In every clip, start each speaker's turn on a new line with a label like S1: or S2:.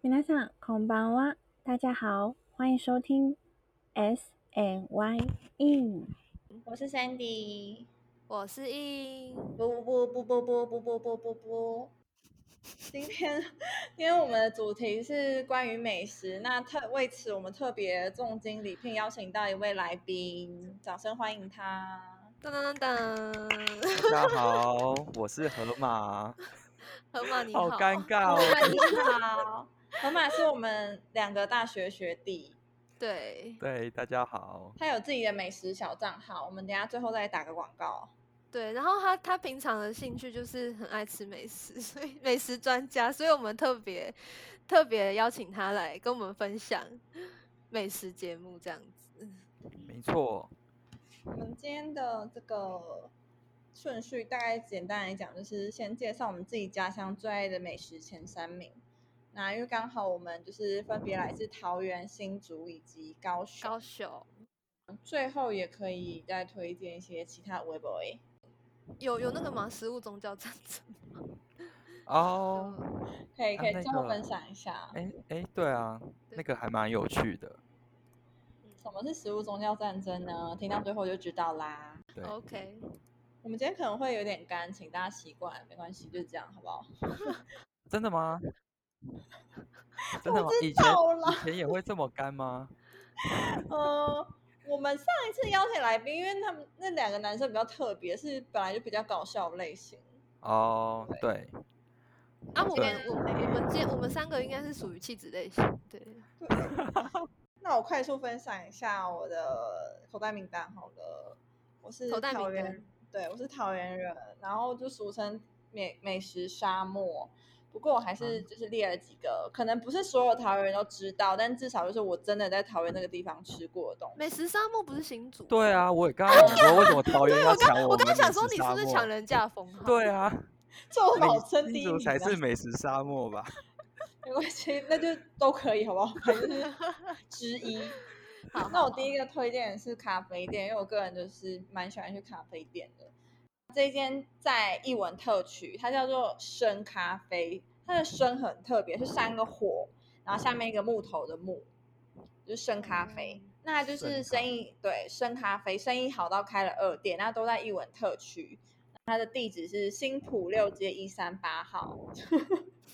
S1: 皆さんこんばんは，大家好，欢迎收听 S N Y E。
S2: 我是 Sandy，
S3: 我是英，
S2: 不不不不不不不不不不。今天，今天我们的主题是关于美食，那特为此我们特别重金礼聘邀请到一位来宾，掌声欢迎他。
S3: 噔噔噔噔，
S4: 大家好，我是河马，
S3: 河马你
S4: 好尴尬
S2: 河马
S4: 哦。
S2: 你好，河马是我们两个大学学弟，
S3: 对
S4: 对，大家好，
S2: 他有自己的美食小账号，我们等一下最后再打个广告。
S3: 对，然后他他平常的兴趣就是很爱吃美食， 所以美食专家，所以我们特别特别邀请他来跟我们分享美食节目这样子。
S4: 没错，
S2: 我们今天的这个顺序大概简单来讲，就是先介绍我们自己家乡最爱的美食前三名。那因为刚好我们就是分别来自桃园、新竹以及高雄，
S3: 高雄
S2: 最后也可以再推荐一些其他微博。
S3: 有有那个吗？食物宗教战争
S4: 哦，
S2: 可嗯以可以
S4: 啊那
S2: 跟我
S4: 个
S2: 分享一下，
S4: 哎哎，对啊，那个还蛮有趣的。
S2: 什么是食物宗教战争呢？听到最后就知道啦。
S4: 对，
S3: ？OK，
S2: 我们今天可能会有点干，请大家习惯，没关系，就这样好不好？
S4: 真的吗？真的吗？以前
S2: 到了。
S4: 以前也会这么干吗？
S2: 呃，我们上一次邀请来宾，因为他们那两个男生比较特别，是本来就比较搞笑类型。
S4: 哦，对，
S3: 啊，我们
S2: 对
S3: 我们我们今天我们三个应该是属于气质类型，对，
S2: 那我快速分享一下我的口袋名单好了，我是
S3: 口袋
S2: 桃
S3: 名单
S2: 园，对我是桃园人，然后就俗称美美食沙漠。不过我
S3: 嗯
S2: 还是就是列了几个，可能不是所有桃园人都知道，但至少就是我真的在桃园那个地方吃过的东西。
S3: 美食沙漠不是新竹？
S4: 对啊，我也刚刚想说，为什么桃园要抢
S3: 我
S4: 我们
S3: 刚
S4: 的
S3: 刚想
S4: 美
S3: 说
S4: 食
S3: 你是
S4: 沙
S3: 不是抢
S4: 漠？
S3: 人家的封号？
S4: 对啊，
S2: 做
S4: 美
S2: 保真第
S4: 新
S2: 一
S4: 竹
S2: 名
S4: 才
S2: 啊
S4: 是美食沙漠吧？
S2: 没关系，那就都可以，好不好？反正 就是之一。
S3: 好，
S2: 那
S3: 好
S2: 我第一个推荐的是咖啡店，因为我个人就是蛮喜欢去咖啡店的。这一间在艺文特区，它叫做生咖啡，它的生很特别，是三个火，然后下面一个木头的木，就是生咖啡。那它就是
S4: 生
S2: 生
S4: 咖
S2: 意对生咖啡生意好到开了二店，那都在艺文特区。它的地址是新浦六街一三八号，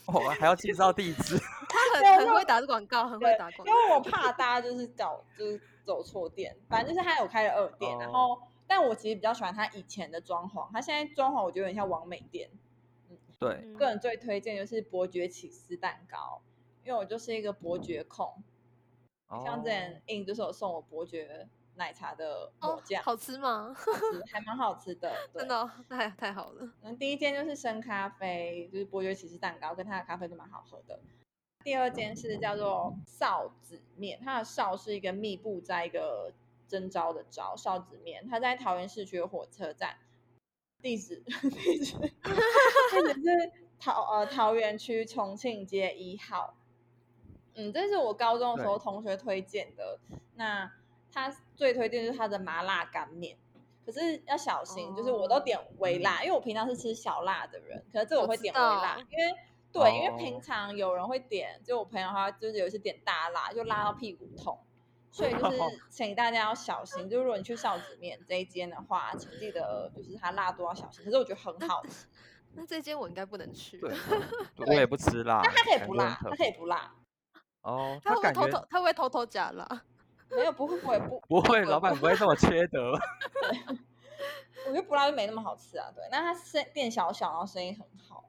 S4: 我们还要介绍地址，
S2: 对
S3: 他很
S2: 因为
S3: 很会打广告，很会
S2: 对
S3: 打广
S2: 因
S3: 告。
S2: 为我怕大家就是找就是走错店，反正就是他有开了二店，然
S3: 哦
S2: 后但我其实比较喜欢他以前的装潢，他现在装潢我觉得有点像王美店。
S4: 对，
S3: 嗯
S2: 个人最推荐就是伯爵起司蛋糕，因为我就是一个伯爵控，像之前 In 就是有送我伯爵奶茶的
S3: 哦
S2: 抹酱，
S3: 好吃吗？
S2: 嗯还蛮好吃的，对
S3: 真的哦，那太太好了。
S2: 嗯，第一间就是生咖啡，就是伯爵骑士蛋糕，跟它的咖啡都蛮好喝的。第二间是叫做臊子面，它的臊是一个密布在一个征招的招，臊子面，它在桃园市区的火车站，地址 地址地址是桃呃桃园区重庆街一号。嗯，这是我高中的时候
S4: 对
S2: 同学推荐的。那他最推荐就是他的麻辣干面，可是要小心，就是我都
S3: 哦
S2: 点微辣，
S4: 嗯
S2: 因为我平常是吃小辣的人，可是这个我
S3: 我
S2: 会
S3: 知
S2: 点微辣
S3: 道，
S2: 因为对，因为平
S4: 哦
S2: 常有人会点，就我朋友他就是有一次点大辣，就辣到屁股痛，所以
S4: 哦
S2: 就是请大家要小心，就如果你去臊子面这一间的话，请记得就是它辣度要小心，可是我觉得很好 吃，
S3: 那这间我应该不能去。
S4: 对，我也不吃辣，
S2: 但它可以
S4: 感
S2: 不
S4: 觉很
S2: 辣，
S4: 可
S2: 它可以不辣，
S4: 哦，
S3: 他会
S4: 他
S3: 不会
S4: 感
S3: 偷
S4: 觉
S3: 偷，他会不会偷偷假啦？
S2: 没有不会不会不
S4: 不会，
S2: 不
S4: 老板不会 这么缺德。
S2: 我觉得不辣就没那么好吃啊。对，那它声店小小，然后声音很好。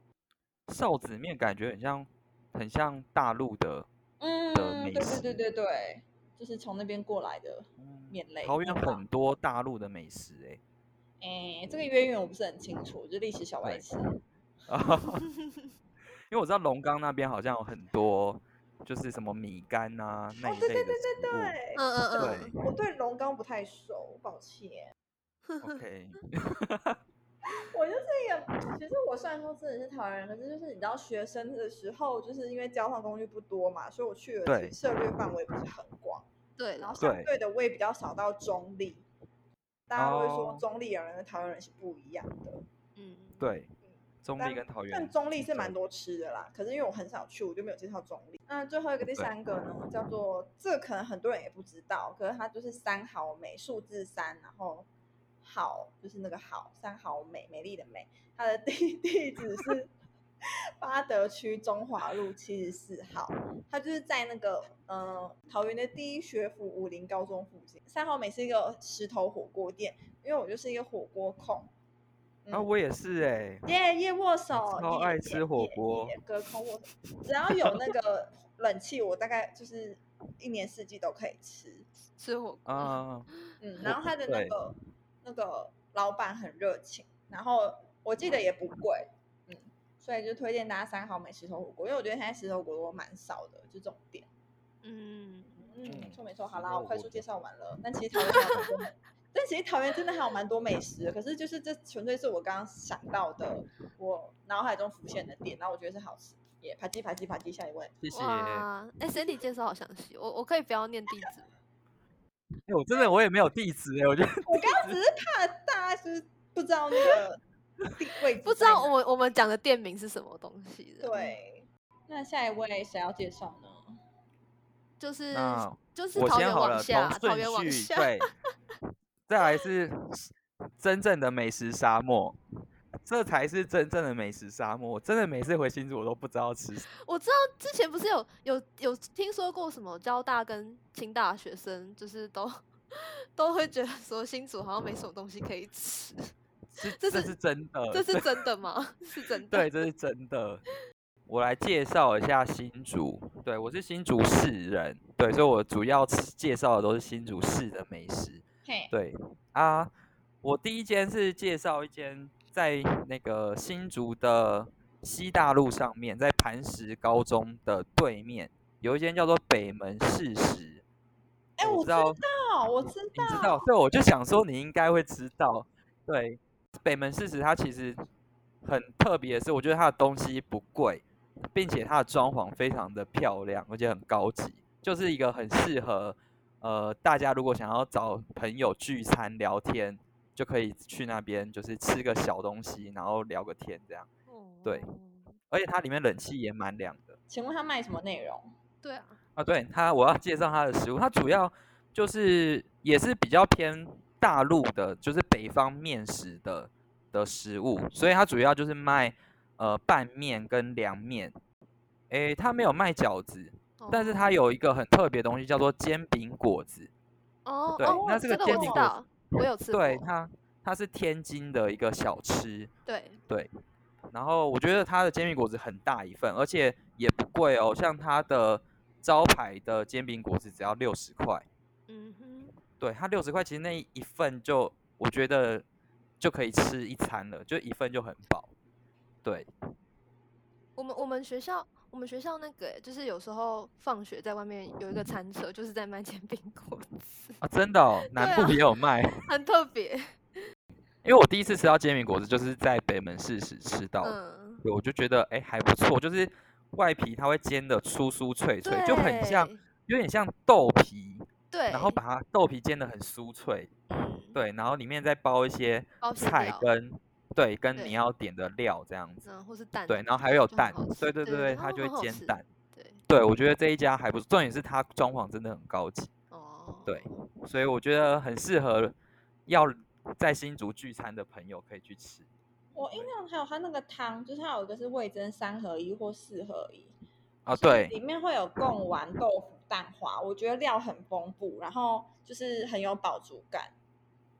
S4: 臊子面感觉很像，很像大陆的
S2: 嗯，对
S4: 美
S2: 对
S4: 食
S2: 对对对，就是从那边过来的。
S4: 嗯
S2: 面类
S4: 桃园
S2: 面吧
S4: 很多大陆的美食哎、
S2: 哎，这个渊源我不是很清楚，就历史小白
S4: 对
S2: 痴。
S4: 因为我知道龙岗那边好像有很多，就是什么米干啊那一
S2: 哦对
S4: 类的食物。
S2: 对
S3: 嗯嗯
S2: 我对龙岗不太熟，抱歉。
S4: OK，
S2: 我就是一个，其实我虽然说真的是桃园人，可是就是你知道学生的时候，就是因为交换工具不多嘛，所以我去的
S4: 对
S2: 其实涉猎范围不是很广，
S3: 嗯，对
S2: 然后
S3: 了，
S2: 相
S4: 对
S2: 对的我也比较少到中立。大家都会说
S4: 哦
S2: 中立人跟桃园人是不一样的，
S3: 嗯，
S4: 对，中立
S2: 但
S4: 跟桃园，
S2: 但中立是蛮。多吃的啦，可是因为我很少去，我就没有介绍中立。那最后一个第
S4: 哦对
S2: 三个呢，叫做这个可能很多人也不知道，可是它就是三好美，数字三，然后好就是那个好，三好美，美丽的美。它的地 地址是八德区中华路七十四号，它就是在那个呃桃园的第一学府武林高中附近。三好美是一个石头火锅店，因为我就是一个火锅控。
S4: 啊，
S2: 嗯
S4: 我也是哎、
S2: 耶耶握手，
S4: 超
S2: 耶
S4: 爱
S2: 耶
S4: 吃火
S2: 耶
S4: 锅
S2: 耶隔空握手，只要有那 个冷气，我大概就是一年四季都可以吃。
S3: 吃火锅。
S4: 啊，
S2: 嗯，
S4: 我
S2: 然后他的那
S4: 对
S2: 个那个老板很热情，然后我记得也不贵，嗯，所以就推荐大家三好美石头火锅，因为我觉得现在石头火锅蛮少的，就这种店。
S3: 嗯，
S2: 嗯，没
S4: 嗯
S2: 错没错。好
S4: 石
S2: 啦，
S4: 头
S2: 我
S4: 火
S2: 快
S4: 锅
S2: 速介绍完 了。但其实桃园还有很多美 但其实桃园真的还有蛮多美食的，可是就是这纯粹是我刚刚想到的，我脑海中浮现的点，然后我觉得是好吃。耶，啪叽啪叽啪叽，下一 位。
S4: 谢谢。哎、
S3: 哇，哎、身体介绍好详细，我我可以不要念地址吗，
S4: 哎我真的我也没有地址哎、我觉得
S2: 我刚刚只是怕大家是不知道那个地位置
S3: 不知
S2: 在
S3: 道
S2: 哪
S3: 我我们讲的店名是什么东西的。，
S2: 对。那下一位谁要介绍呢？
S3: 就是
S4: 那
S3: 就是
S4: 我
S3: 桃
S4: 先
S3: 园
S4: 好
S3: 往
S4: 了，
S3: 下
S4: 从，
S3: 桃园
S4: 顺
S3: 往
S4: 序
S3: 下。
S4: 对，再来是真正的美食沙漠，这才是真正的美食沙漠。我真的每次回新竹我都不知道吃什么，
S3: 我知道之前不是有有有听说过什么交大跟清大的学生，就是都都会觉得说新竹好像没什么东西可以吃，
S4: 是
S3: 这
S4: 这
S3: 是
S4: 是真的，
S3: 这是真的吗？ 是真的？
S4: 呃对，这是真的。我来介绍一下新竹，对我是新竹市人，对，所以我主要吃介绍的都是新竹市的美食。
S2: 嘿，
S4: 对啊，我第一间是介绍一间在那个新竹的西大路上面，在磐石高中的对面，有一间叫做北门市食。
S2: 哎、我
S4: 我知
S2: 知
S4: 道
S2: 道，我知
S4: 你知
S2: 道，
S4: 道，对，我就想说你应该会知道。对，北门市食它其实很特别的是，我觉得它的东西不贵，并且它的装潢非常的漂亮，而且很高级，就是一个很适合呃大家如果想要找朋友聚餐聊天，就可以去那边就是吃个小东西，然后聊个天这样。对
S3: 哦
S4: 而且它里面冷气也蛮凉的。
S2: 请问他卖什么内容？
S3: 对啊，
S4: 啊，对它，我要介绍它的食物，它主要就是也是比较偏大陆的，就是北方面食的的食物，所以它主要就是卖呃拌面跟凉面。诶，它没有卖饺子，但是它
S3: 有
S4: 有一个很特别的东西叫做煎饼果子。
S3: 哦
S4: 对
S3: 哦，
S4: 那这个
S3: 个
S4: 煎
S3: 我
S4: 饼
S3: 知
S4: 果
S3: 道，我有吃过，
S4: 对它，它是天津的一个小吃。
S3: 对
S4: 然后我觉得它的煎饼果子很大一份，而且也不贵哦，像它的招牌的煎饼果子只要六十块。
S3: 嗯哼，
S4: 对，它六十块，其实那一份就我觉得就可以吃一餐了，就一份就很饱。对，
S3: 我们我们学校我们学校那个欸就是有时候放学在外面有一个餐车，就是在卖煎饼果子，
S4: 啊，真的、哦，南
S3: 对
S4: 部
S3: 啊
S4: 也有卖。
S3: 很特别，
S4: 因为我第一次吃到煎饼果子，就是在北门市时吃到的，
S3: 嗯，
S4: 对我就觉得哎还不错，就是外皮它会煎的酥酥脆脆，就很像
S3: 对
S4: 有点像豆皮，
S3: 对，
S4: 然后把它豆皮煎的很酥脆，
S3: 嗯
S4: 对，然后里面再包一些
S3: 包馅
S4: 菜
S3: 料
S4: 跟对跟
S3: 对
S4: 你要点的料这样子，
S3: 嗯，或是蛋
S4: 对，
S3: 的
S4: 然后
S3: 这
S4: 还
S3: 种
S4: 有
S3: 就很
S4: 蛋
S3: 好，吃
S4: 对对
S3: 对
S4: 对，
S3: 哦
S4: 它就
S3: 很好
S4: 会煎
S3: 吃
S4: 蛋。
S3: 对，
S4: 对，我觉得这一家还不错，重点是它装潢真的很高级，
S3: 哦，
S4: 对所以我觉得很适合要在新竹聚餐的朋友可以去吃。
S2: 我印象还有它那个汤，就是它有一个是味增三合一或四合一
S4: 啊，
S2: 就是
S4: 对
S2: 里面会有贡丸、豆腐、蛋花，我觉得料很丰富，然后就是很有饱足感。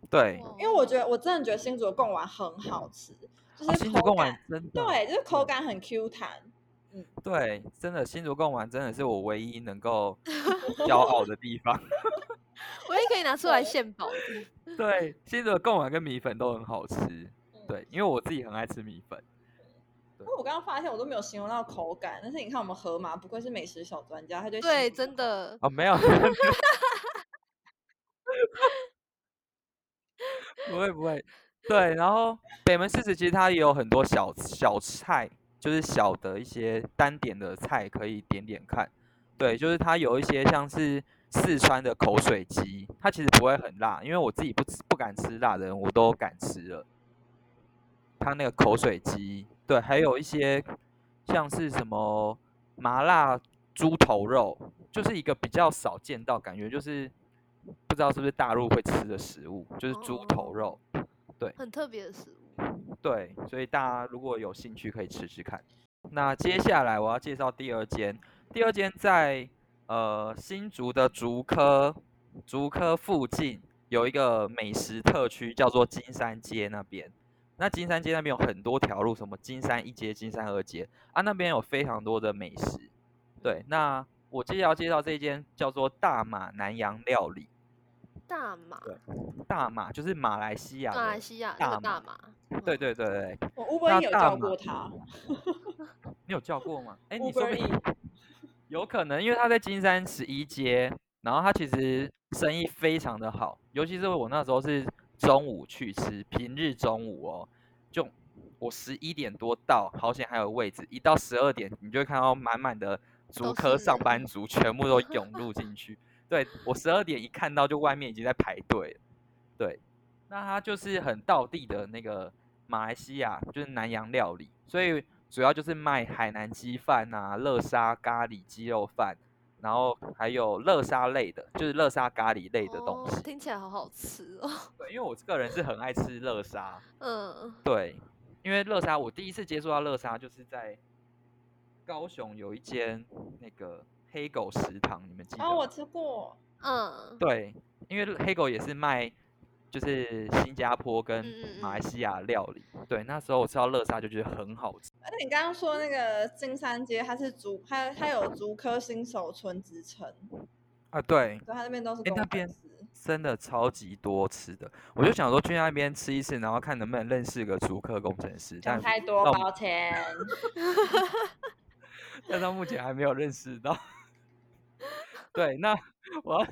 S4: 对，
S3: 哇，
S2: 因为我觉得我真的觉得新竹的贡丸很好吃，就
S4: 啊
S2: 是
S4: 新竹
S2: 口
S4: 贡丸
S2: 感，
S4: 真的
S2: 对，就是口感很 Q 弹。
S4: 对，真的新竹贡丸真的是我唯一能 够骄傲的地方。
S3: 我也可以拿出来
S2: 对
S3: 献宝的，
S4: 对，新竹的贡丸跟米粉都很好吃，
S2: 嗯，
S4: 对，因为我自己很爱吃米粉。
S2: 因为我刚刚发现我都没有形容到口感，但是你看我们河马不愧是美食小专家，他就
S3: 对，真
S2: 的。
S3: 的，
S4: 啊，没有， 不会不会，对。然后北门市集其实它也有很多小小菜，就是小的一些单点的菜可以点点看。对，就是它有一些像是四川的口水鸡，它其实不会很辣，因为我自己不吃不敢吃辣的人，我都敢吃了。它那个口水鸡，对，还有一些像是什么麻辣猪头肉，就是一个比较少见到，感觉就是不知道是不是大陆会吃的食物，就是猪头
S3: 哦
S4: 肉。
S3: 很特别的食物。
S4: 对，所以大家如果有兴趣可以吃吃看。那接下来我要介绍第二间，第二间在呃新竹的竹科，竹科附近有一个美食特区，叫做金山街那边。那金山街那边有很多条路，什么金山一街、金山二街啊，那边有非常多的美食。对，那我接下来要介绍这一间叫做大马南洋料理，
S3: 大马，
S4: 大马就是马来西亚的，
S3: 马来西亚那个
S4: 大
S3: 大马，
S4: 对
S3: 嗯，
S4: 对对对，
S2: 我 Uber E
S4: 那
S2: 有
S4: 大
S2: 叫
S4: 马
S2: 过他
S4: 你有叫过吗？哎，你说不
S2: ，Uber
S4: 定
S2: E
S4: 有可能，因为他在金山十一街，然后他其实生意非常的好，尤其是我那时候是中午去吃，平日中午哦，就我十一点多到，好险还有位置，一到十二点你就会看到满满的
S3: 都
S4: 竹科
S3: 是
S4: 上
S3: 人
S4: 班族全部都涌入进去。对我十二点一看到，就外面已经在排队了。对，那它就是很道地的那个马来西亚，就是南洋料理，所以主要就是卖海南鸡饭啊、乐沙咖喱鸡肉饭，然后还有乐沙类的，就是乐沙咖喱类的东
S3: 哦
S4: 西。
S3: 听起来好好吃哦。
S4: 对，因为我个人是很爱吃乐沙，
S3: 嗯，
S4: 对，因为乐沙我第一次接触到乐沙就是在高雄有一间那个黑狗食堂，你们记得吗？
S2: 哦，我吃过，
S3: 嗯，
S4: 对，因为黑狗也是卖，就是新加坡跟
S3: 嗯嗯
S4: 马来
S3: 嗯
S4: 西亚料理。对，那时候我吃到乐沙就觉得很好吃。
S2: 而且你刚刚说那个金山街，它是竹，它它有竹科新手村之称，
S4: 啊，对，
S2: 所以它那边都是
S4: 诶
S2: 公
S4: 那
S2: 馆
S4: 边
S2: 子
S4: 真的超级多吃的。
S3: 嗯
S4: 我就想说去那边吃一次，然后看能不能认识个竹科工程师，
S2: 讲
S4: 但
S2: 太多，
S4: 到
S2: 抱歉。
S4: 但到目前还没有认识到。 对，那我要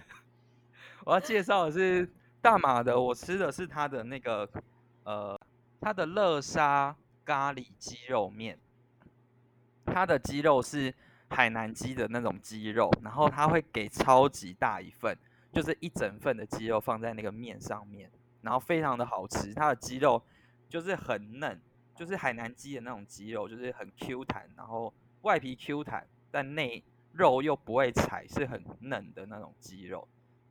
S4: 我要介绍的是大马的，我吃的是它的那个呃，它的乐沙咖喱鸡肉面，它的鸡肉是海南鸡的那种鸡肉，然后它会给超级大一份，就是一整份的鸡肉放在那个面上面，然后非常的好吃，它的鸡肉就是很嫩，就是海南鸡的那种鸡肉，就是很 Q 弹，然后外皮 Q 弹，但内肉又不会柴，是很嫩的那种鸡肉。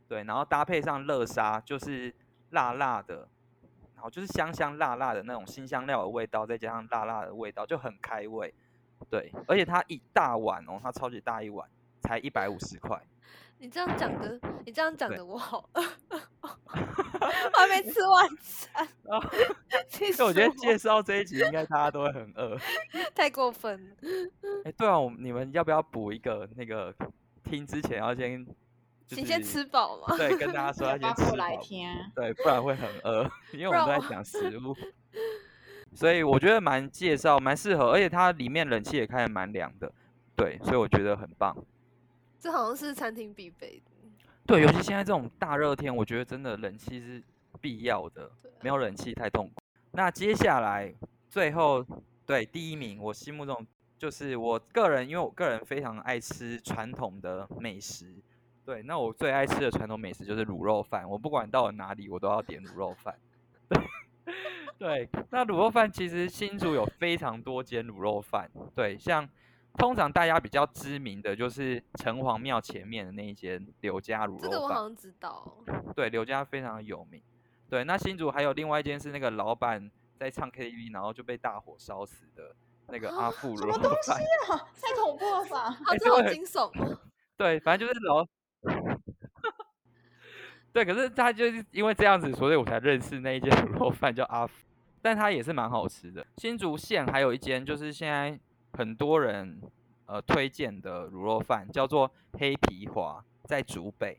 S4: 对，然后搭配上乐沙，就是辣辣的，然后就是香香辣辣的那种新香料的味道，再加上辣辣的味道，就很开胃。对，而且它一大碗哦，它超级大一碗，才一百五十块。
S3: 你这样讲的，你这样讲
S4: 对
S3: 的，我好 饿，我还没吃晚 餐。
S4: 啊
S3: 其实
S4: 所以我觉得介绍这一集，应该大家都会很饿。
S3: 太过分了。
S4: 哎，对啊，我们你们要不要补一个那个听之前要先，就
S3: 请先
S4: 是
S3: 吃饱嘛。
S4: 对，跟大家说要
S2: 要
S4: 先
S2: 发
S4: 吃
S2: 过来
S4: 饱
S2: 听，啊
S4: 对，不然会很饿，因为我们
S3: 然
S4: 都在
S3: 我
S4: 讲食物，所以我觉得蛮介绍，蛮适合，而且它里面冷气也开的蛮凉的，对，所以我觉得很棒。
S3: 这好像是餐厅必备的。
S4: 对，尤其现在这种大热天，我觉得真的冷气是必要的，没有冷气太痛苦。那接下来最后对第一名，我心目中就是我个人，因为我个人非常爱吃传统的美食。对，那我最爱吃的传统美食就是卤肉饭，我不管到了哪里，我都要点卤肉饭。 对，那卤肉饭其实新竹有非常多间卤肉饭，对，像通常大家比较知名的就是城隍庙前面的那一间刘家卤
S3: 这个
S4: 肉
S3: 我好
S4: 饭，
S3: 像知道，哦
S4: 对，刘家非常有名。对，那新竹还有另外一间是那个老板在唱 KTV，然后就被大火烧死的那个阿富卤
S2: 么
S4: 肉
S2: 东啊
S4: 饭，
S2: 太恐怖了 吧？
S3: 啊，
S4: 哎
S3: 这
S4: 这
S3: 好
S4: 个
S3: 惊悚哦！
S4: 对，反正就是老。对，可是他就是因为这样子，所以我才认识那一间卤肉饭叫阿福，但它也是蛮好吃的。新竹县还有一间，就是现在很多人呃推荐的卤肉饭，叫做黑皮华，在竹北。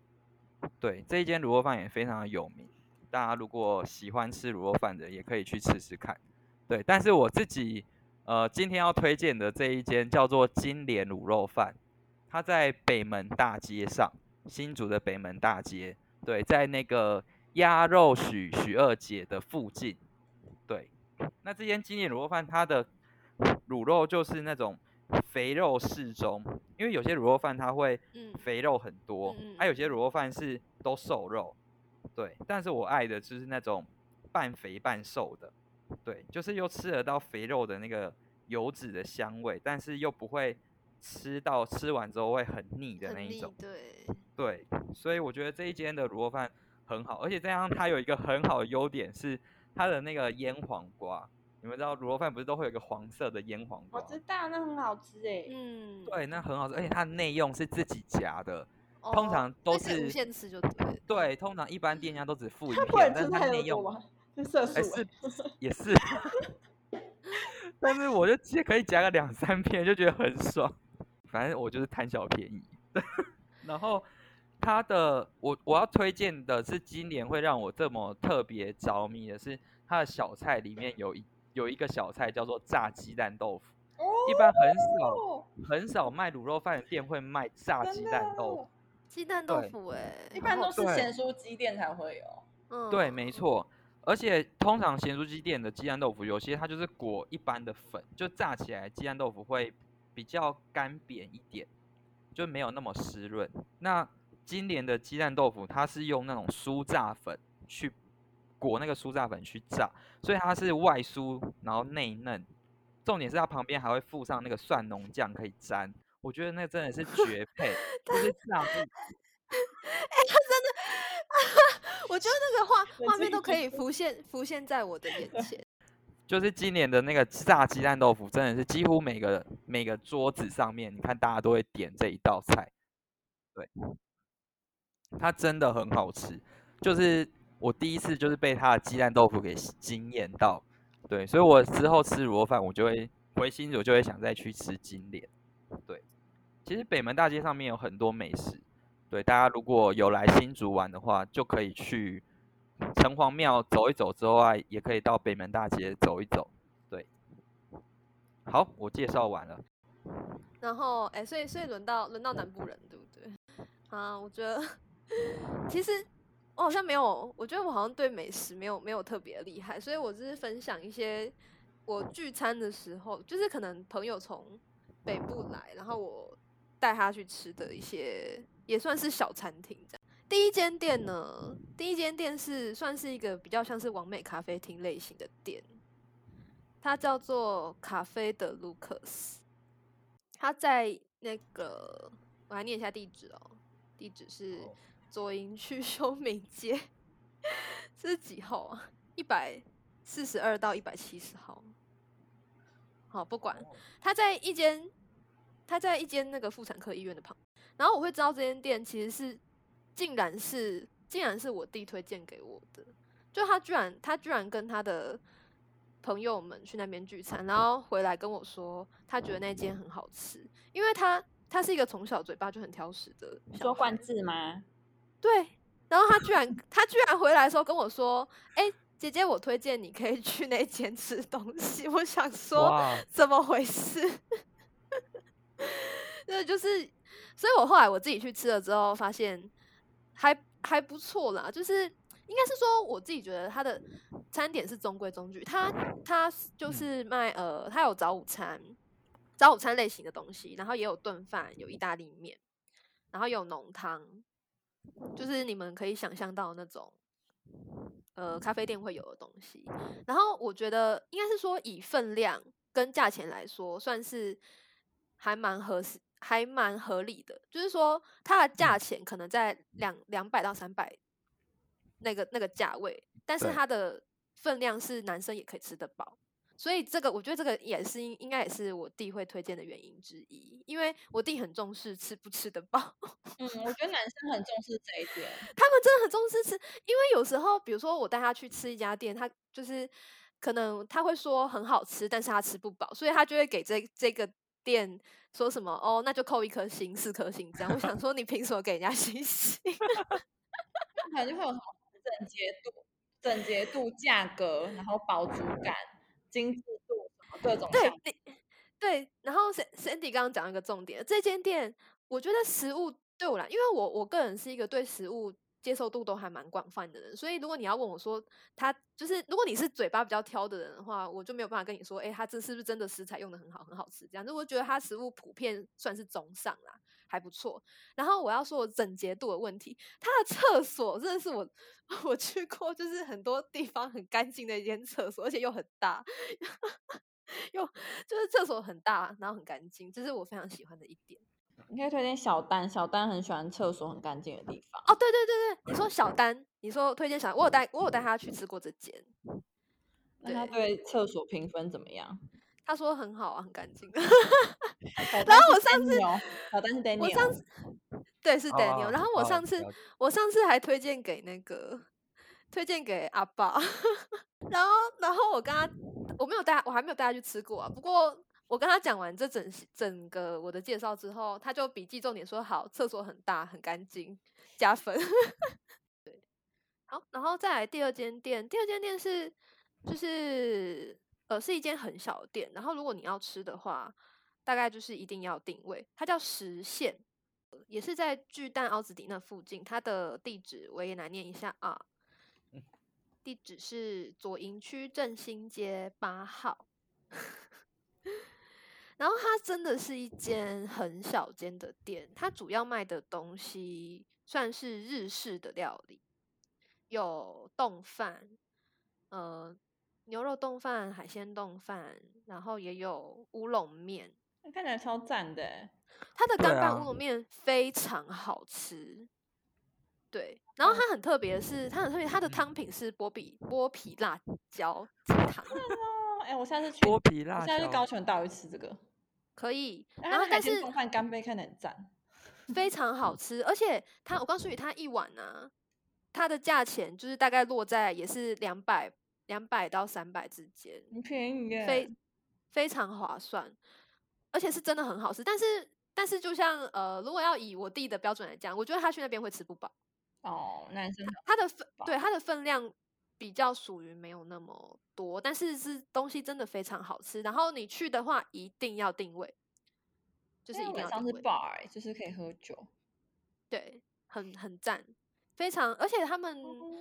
S4: 对，这一间卤肉饭也非常的有名，大家如果喜欢吃卤肉饭的，也可以去吃吃看。对，但是我自己呃今天要推荐的这一间叫做金莲卤肉饭，它在北门大街上，新竹的北门大街，对，在那个鸭肉许许二姐的附近，对。那这间经典卤肉饭，它的卤肉就是那种肥肉适中，因为有些卤肉饭它会
S3: 嗯
S4: 肥肉很多，还、
S3: 嗯嗯
S4: 有些卤肉饭是都瘦肉，对。但是我爱的就是那种半肥半瘦的，对，就是又吃得到肥肉的那个油脂的香味，但是又不会吃到吃完之后会很腻的
S3: 很
S4: 那一
S3: 腻
S4: 种。
S3: 对，
S4: 对，所以我觉得这一间的卤肉饭很好，而且再加上它有一个很好的优点是它的那个腌黄瓜。你们知道卤肉饭不是都会有一个黄色的腌
S3: 哦
S4: 黄瓜
S2: 我
S4: 吗？
S2: 知道，那很好吃哎、
S3: 嗯，
S4: 对，那很好吃，而且它的内用是自己夹的，
S3: 哦，
S4: 通常都
S3: 所以可以无
S4: 是
S3: 限吃就对了。
S4: 对，通常一般店家都只付一
S2: 不
S4: 片
S2: 然，吃
S4: 但是它
S2: 太
S4: 内
S2: 多
S4: 用
S2: 吧，是色素、
S4: 哎
S2: 欸
S4: 是。也是， 但是我就其实可以夹个两三片，就觉得很爽。反正我就是贪小便宜。 然后它的我我要推荐的是今年会让我这么特别着迷的是它的小菜里面有一有一个小菜叫做炸鸡蛋豆腐，一般很
S2: 哦，
S4: 少很少卖卤肉饭的店会卖炸
S2: 真
S4: 鸡
S2: 的哦
S4: 蛋豆腐。
S3: 鸡蛋豆
S4: 对
S3: 腐哎，
S2: 一般都是
S4: 对
S2: 咸酥鸡店才会有。
S3: 嗯
S4: 对，没错。而且通常咸酥鸡店的鸡蛋豆腐，有些它就是裹一般的粉，就炸起来鸡蛋豆腐会比较干扁一点，就没有那么湿润。那今年的鸡蛋豆腐，它是用那种酥炸粉去裹那个酥炸粉去炸，所以它是外酥然后内嫩。重点是它旁边还会附上那个蒜蓉酱可以沾，我觉得那真的是绝配，就是炸物
S3: 我觉得那个画
S2: 冷
S3: 画面
S2: 静
S3: 都
S2: 一
S3: 可以浮现浮现在我的眼前。
S4: 就是今年的那个炸鸡蛋豆腐，真的是几乎每个每个桌子上面，你看大家都会点这一道菜。对，它真的很好吃，就是我第一次就是被它的鸡蛋豆腐给惊艳到。对，所以我之后吃卤肉饭，我就会回新竹就会想再去吃金莲。对，其实北门大街上面有很多美食，对大家如果有来新竹玩的话，就可以去城隍庙走一走之外，也可以到北门大街走一走。对，好，我介绍完了。
S3: 然后，哎、所以所以轮到轮到南部人，对不对？啊，我觉得其实我好像没有，我觉得我好像对美食没有没有特别厉害，所以我只是分享一些我聚餐的时候，就是可能朋友从北部来，然后我带他去吃的一些也算是小餐厅这样。第一间店呢，第一间店是算是一个比较像是完美咖啡厅类型的店，它叫做咖啡的卢克斯。他在那个，我来念一下地址哦，地址是
S4: 好
S3: 左营区修明街，这是几号啊？ 一百四十二到一百七十号。好，不管，他在一间，他在一间那个妇产科医院的旁。然后我会知道这间店其实是，竟然是竟然是我弟推荐给我的，就他居然他居然跟他的朋友们去那边聚餐，然后回来跟我说，他觉得那间很好吃，因为他他是一个从小嘴巴就很挑食的
S2: 你
S3: 小
S2: 说
S3: 孩
S2: 冠志吗？
S3: 对，然后他居然他居然回来的时候跟我说：“哎、姐姐，我推荐你可以去那间吃东西。”我想说
S4: 哇，
S3: 怎么回事？对，就是，所以我后来我自己去吃了之后，发现还还不错啦，就是。应该是说，我自己觉得它的餐点是中规中矩，它它就
S4: 嗯
S3: 是卖呃，它有早午餐，早午餐类型的东西，然后也有炖饭，有意大利面，然后有浓汤，就是你们可以想象到那种呃咖啡店会有的东西。然后我觉得应该是说以分量跟价钱来说，算是还蛮合适。还蛮合理的，就是说它的价钱可能在两两百到三百那个那个价位，但是
S4: 对
S3: 它的分量是男生也可以吃得饱，所以这个我觉得这个也是应应该也是我弟会推荐的原因之一，因为我弟很重视吃不吃得饱。
S2: 嗯，我觉得男生很重视这一点。
S3: 他们真的很重视吃，因为有时候，比如说我带他去吃一家店，他就是可能他会说很好吃，但是他吃不饱，所以他就会给这这个店说什么哦，那就扣一颗星、四颗星这样。我想说，你凭什么给人家 星星？
S2: 可能就会有什么整洁度、整洁度、价格，然后饱足感、精致度什么各种
S3: 对
S2: 项目，
S3: 你对，然后 Sa- Sandy 刚刚讲到一个重点，这间店我觉得食物对我来，因为我我个人是一个对食物接受度都还蛮广泛的人，所以如果你要问我说他就是，如果你是嘴巴比较挑的人的话，我就没有办法跟你说，哎，他这是不是真的食材用的很好，很好吃这样。就我觉得他食物普遍算是中上啦，还不错。然后我要说我整洁度的问题，他的厕所真的是我 我去过，就是很多地方很干净的一间厕所，而且又很大。用，就是厕所很大，然后很干净，这是我非常喜欢的一点。
S2: 你可以推荐小丹，小丹很喜欢厕所很干净的地方。
S3: 哦，对对对对，你说小丹，你说推荐小丹，我有带我有带他去吃过这间，
S2: 那他对厕所评分怎么样？
S3: 他说很好啊，很干净。
S2: 小
S3: 然
S2: 丹
S3: 后
S2: 是
S3: 我上次
S2: Daniel，小丹是 Daniel，
S3: 我上次对是
S4: 是
S3: Daniel，、然后
S4: 啊
S3: 我上次、我上次还推荐给那个，推荐给阿爸， 然后然后我跟他，我没有带他，我还没有带他去吃过啊。不过我跟他讲完这整整个我的介绍之后，他就笔记重点说好，厕所很大，很干净，加分。 对，好，然后再来第二间店，第二间店是就是呃是一间很小的店，然后如果你要吃的话，大概就是一定要定位，它叫实现。也是在巨蛋奥子迪那附近，它的地址我也来念一下啊。地址是左营区振兴街八号。 然后它真的是一间很小间的店，它主要卖的东西算是日式的料理，有冻饭，呃，牛肉冻饭、海鲜冻饭，然后也有乌龙面，
S2: 看起来超赞的欸，
S3: 它的
S4: 对
S3: 干拌
S4: 啊
S3: 乌龙面非常好吃。对，然后它很特别的是，它很特别，它的汤品是剥皮剥皮辣椒鸡汤，
S2: 哦，哎，我下次去，
S4: 剥皮
S2: 我
S4: 辣
S2: 下次
S4: 椒
S2: 去高雄到底吃这个。
S3: 可以。
S2: 哎
S3: 然
S2: 它
S3: 后
S2: 的海
S3: 但
S2: 鲜
S3: 是
S2: 冻饭干杯看起来很赞，
S3: 非常好吃，而且它我告诉你，它一碗呢、啊，它的价钱就是大概落在也是两百两百到三百之间，
S2: 很便宜耶。
S3: 非非常划算，而且是真的很好吃。但是但是就像呃，如果要以我弟的标准来讲，我觉得他去那边会吃不饱。
S2: 哦，男生
S3: 它的分
S2: 吧
S3: 对它的分量比较属于没有那么多，但是是东西真的非常好吃。然后你去的话一定要定位，就是一定要
S2: 哎啊上
S3: 定
S2: 是
S3: 位，
S2: bar，欸就是可以喝酒。
S3: 对，很很赞，非常。而且他们
S2: 哦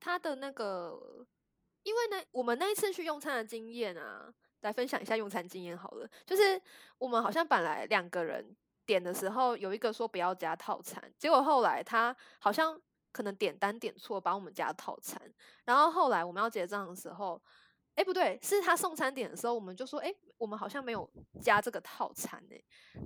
S3: 他的那个，因为呢，我们那一次去用餐的经验啊，来分享一下用餐经验好了。就是我们好像本来两个人点的时候，有一个说不要加套餐，结果后来他好像可能点单点错，把我们加套餐。然后后来我们要结账的时候，哎，不对，是他送餐点的时候，我们就说，哎，我们好像没有加这个套餐呢、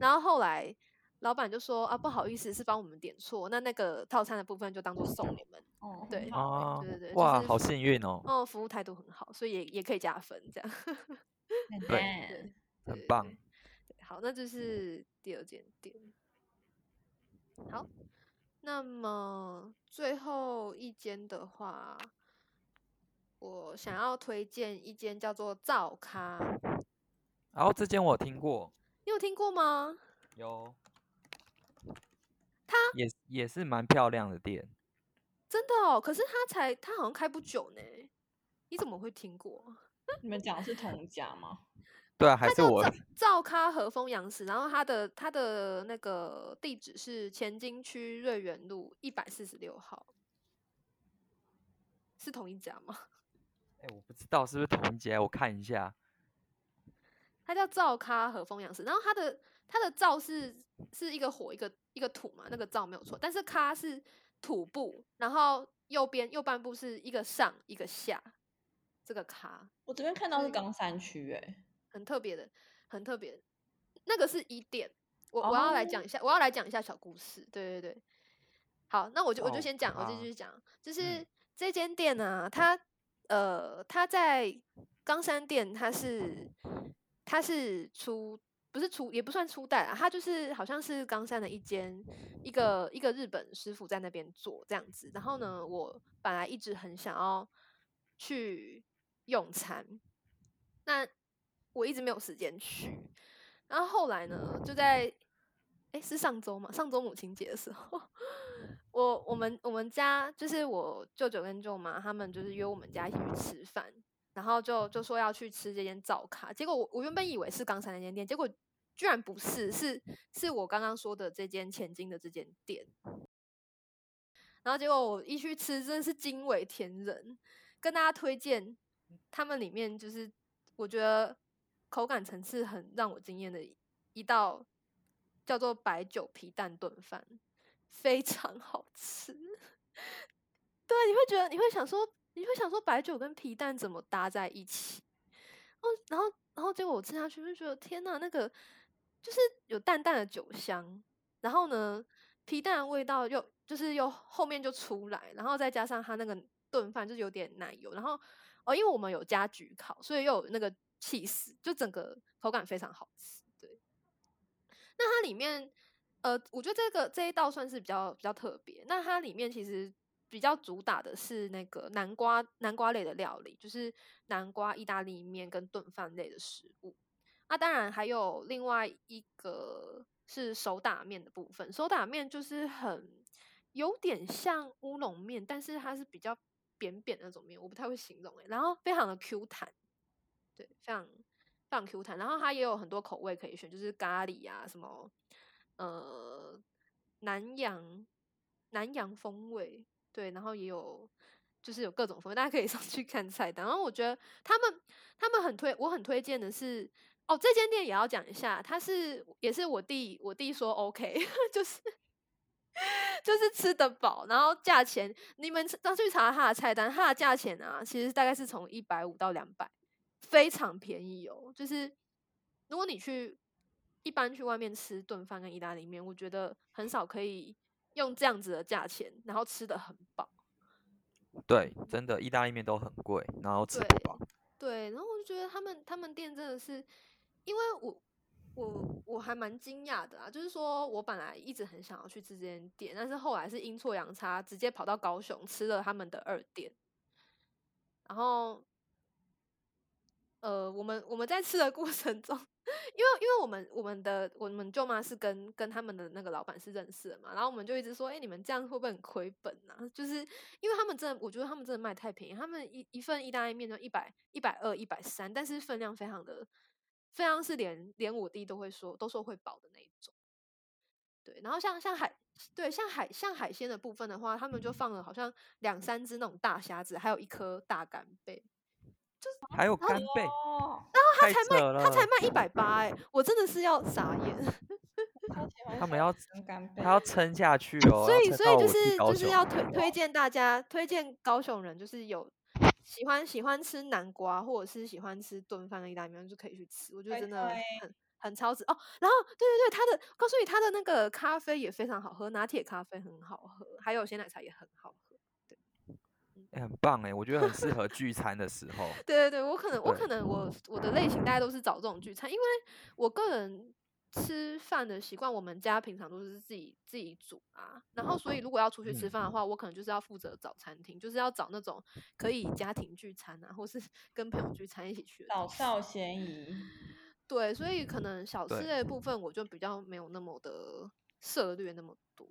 S3: 然后后来。老板就说啊，不好意思，是帮我们点错，那那个套餐的部分就当做送你们。
S2: 哦，
S3: 对
S2: 很好欸
S4: 啊
S3: 对对对，就
S4: 哇，
S3: 是
S4: 好幸运哦，
S3: 哦，服务态度很好，所以也也可以加分，这样
S2: 很
S4: 对
S2: 赞欸
S3: 对
S4: 很棒
S3: 对。对好，那就是第二间店。好，那么最后一间的话，我想要推荐一间叫做灶咖，
S4: 然后哦这间我有听过，
S3: 你有听过吗？
S4: 有，
S3: 它
S4: 也也是蛮漂亮的店，
S3: 真的哦，可是它才它好像开不久呢，你怎么会听过？
S2: 你们讲的是同一家吗？
S4: 对啊，还
S3: 它
S4: 是
S3: 叫
S4: 我
S3: 赵赵咖和风洋食，然后它的它的那个地址是前金区瑞园路一百四十六号，是同一家吗？
S4: 哎、我不知道是不是同一家，我看一下。
S3: 它叫赵咖和风洋食，然后它的它的赵是是一个火一个一个土嘛，那个赵没有错，但是咖是土部，然后右边右半部是一个上一个下，这个咖
S2: 我这边看到
S3: 所
S2: 是
S3: 以
S2: 冈山区，哎，
S3: 很特别的，很特别的。那个是一店，我、我要来讲一下，我要来讲一下小故事。对对对，好，那我就我就
S4: 哦
S3: 先讲，我就
S4: 好
S3: 继续讲，就是、这间店呢、啊，它呃，它在冈山店，它是它是出不是出也不算出代啊，它就是好像是冈山的一间一个一个日本师傅在那边做这样子。然后呢，我本来一直很想要去用餐，那我一直没有时间去。然后后来呢，就在哎是上周嘛，上周母亲节的时候， 我我们我们家就是我舅舅跟舅妈他们就是约我们家一起去吃饭，然后就就说要去吃这间灶咖，结果我我原本以为是刚才那间店，结果居然不是，是是我刚刚说的这间前进的这间店。然后结果我一去吃，真的是惊为天人。跟大家推荐，他们里面就是我觉得口感层次很让我惊艳的一一道叫做白酒皮蛋炖饭，非常好吃。 对，你会觉得你会想说，你会想说白酒跟皮蛋怎么搭在一起？后然后然后结果我吃下去就觉得天呐，那个就是有淡淡的酒香，然后呢皮蛋的味道又就是又后面就出来，然后再加上它那个炖饭就是有点奶油，然后哦因为我们有加焗烤，所以又有那个气势，就整个口感非常好吃。对，那它里面呃，我觉得这个这一道算是比较比较特别。那它里面其实比较主打的是那个南瓜南瓜类的料理，就是南瓜意大利面跟炖饭类的食物。那、当然还有另外一个是手打面的部分，手打面就是很有点像乌龙面，但是它是比较扁扁的那种面，我不太会形容欸诶、然后非常的 Q 弹，对，非常非常 Q 弹。然后它也有很多口味可以选，就是咖喱啊，什么呃南洋南洋风味，对，然后也有就是有各种风味，大家可以上去看菜单。然后我觉得他们他们很推，我很推荐的是。哦，这间店也要讲一下，它是也是我弟，我弟说 OK，就是 就是吃得饱，然后价钱你们上去查它的菜单，它的价钱啊，其实大概是从一百五到两百，非常便宜哦。就是如果你去一般去外面吃炖饭跟意大利面，我觉得很少可以用这样子的价钱，然后吃的很饱。
S4: 对，真的意大利面都很贵，然后吃不
S3: 对
S4: 饱。
S3: 对，然后我就觉得他们他们店真的是，因为我我我还蛮惊讶的啊，就是说我本来一直很想要去这间店，但是后来是阴错阳差，直接跑到高雄吃了他们的二店，然后呃，我们我们在吃的过程中，因为因为我们我们的我们舅妈是跟跟他们的那个老板是认识的嘛，然后我们就一直说，哎、你们这样会不会很亏本啊？就是因为他们真的，我觉得他们真的卖太便宜，他们一一份意大利面就一百一百二一百三，但是分量非常的，非常是连连我弟都会说都说会饱的那一种。对，然后像像海对像海像海鲜的部分的话，他们就放了好像两三只那种大虾子，还有一颗大干贝，
S4: 还有干贝，
S2: 哦，
S4: 他
S3: 才卖他才卖一百八，哎，我真的是要傻眼。
S2: 超喜欢
S4: 他们
S2: 小
S4: 要
S2: 吃跟干贝
S4: 他要撑下去哦。
S3: 所
S4: 要
S3: 以，
S4: 撑
S3: 所
S4: 到
S3: 以就
S4: 我弟
S3: 是
S4: 高
S3: 就是
S4: 雄啊
S3: 要推推荐大家，推荐高雄人，就是有喜欢喜欢吃南瓜，或者是喜欢吃炖饭的意大利面，就可以去吃。我觉得
S2: 推
S3: 真的
S2: 推
S3: 很很超值哦。然后，对对对，他的告诉你，他的那个咖啡也非常好喝，拿铁咖啡很好喝，还有鲜奶茶也很好喝。
S4: 欸很棒哎，我觉得很适合聚餐的时候。
S3: 对对对，我可能我
S4: 对
S3: 可能我我的类型大家都是找这种聚餐，因为我个人吃饭的习惯，我们家平常都是自己自己煮啊，然后所以如果要出去吃
S4: 嗯
S3: 饭的话，我可能就是要负责找餐厅，就是要找那种可以家庭聚餐啊，或是 跟朋友聚餐一起去的地
S2: 老
S3: 方
S2: 少咸宜，
S3: 对，所以可能小吃
S4: 对
S3: 类的部分我就比较没有那么的涉略那么多。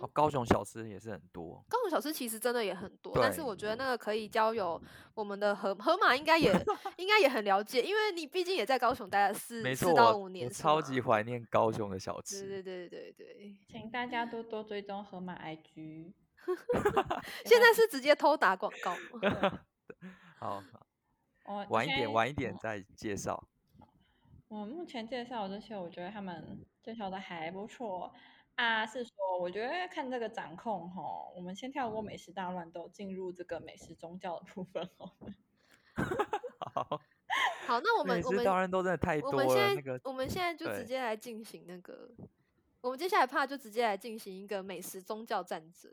S4: 哦，高雄小吃也是很多。
S3: 高雄小吃其实真的也很多，但是
S4: 对
S3: 我觉得那个可以交由我们的河河马应该 也应该也很了解，因为你毕竟也在高雄待了四
S4: 没错，
S3: 四到
S4: 我
S3: 五
S4: 我
S3: 年，是
S4: 超级
S3: 吗
S4: 怀念高雄的小
S3: 对
S4: 吃。
S3: 对对对对，
S2: 请大家多多追踪河马 IG。
S3: 现 在是直接偷打广告吗？
S4: 好，
S2: 我
S4: 晚一
S2: 现
S4: 点，
S2: 在
S4: 晚一点再介绍。
S2: 我目前介绍的这些，我觉得他们介绍的还不错啊。是说，我觉得看这个掌控吼，我们先跳过美食大乱斗，进入这个美食宗教的部分哦。
S4: 好，
S3: 好，那我们
S4: 美
S3: 我
S4: 食
S3: 们
S4: 当然都真的太
S3: 我
S4: 多
S3: 们现
S4: 了。
S3: 在、
S4: 那个
S3: 我们现在就直
S4: 对
S3: 接来进行那个，我们接下来怕就直接来进行一个美食宗教战争。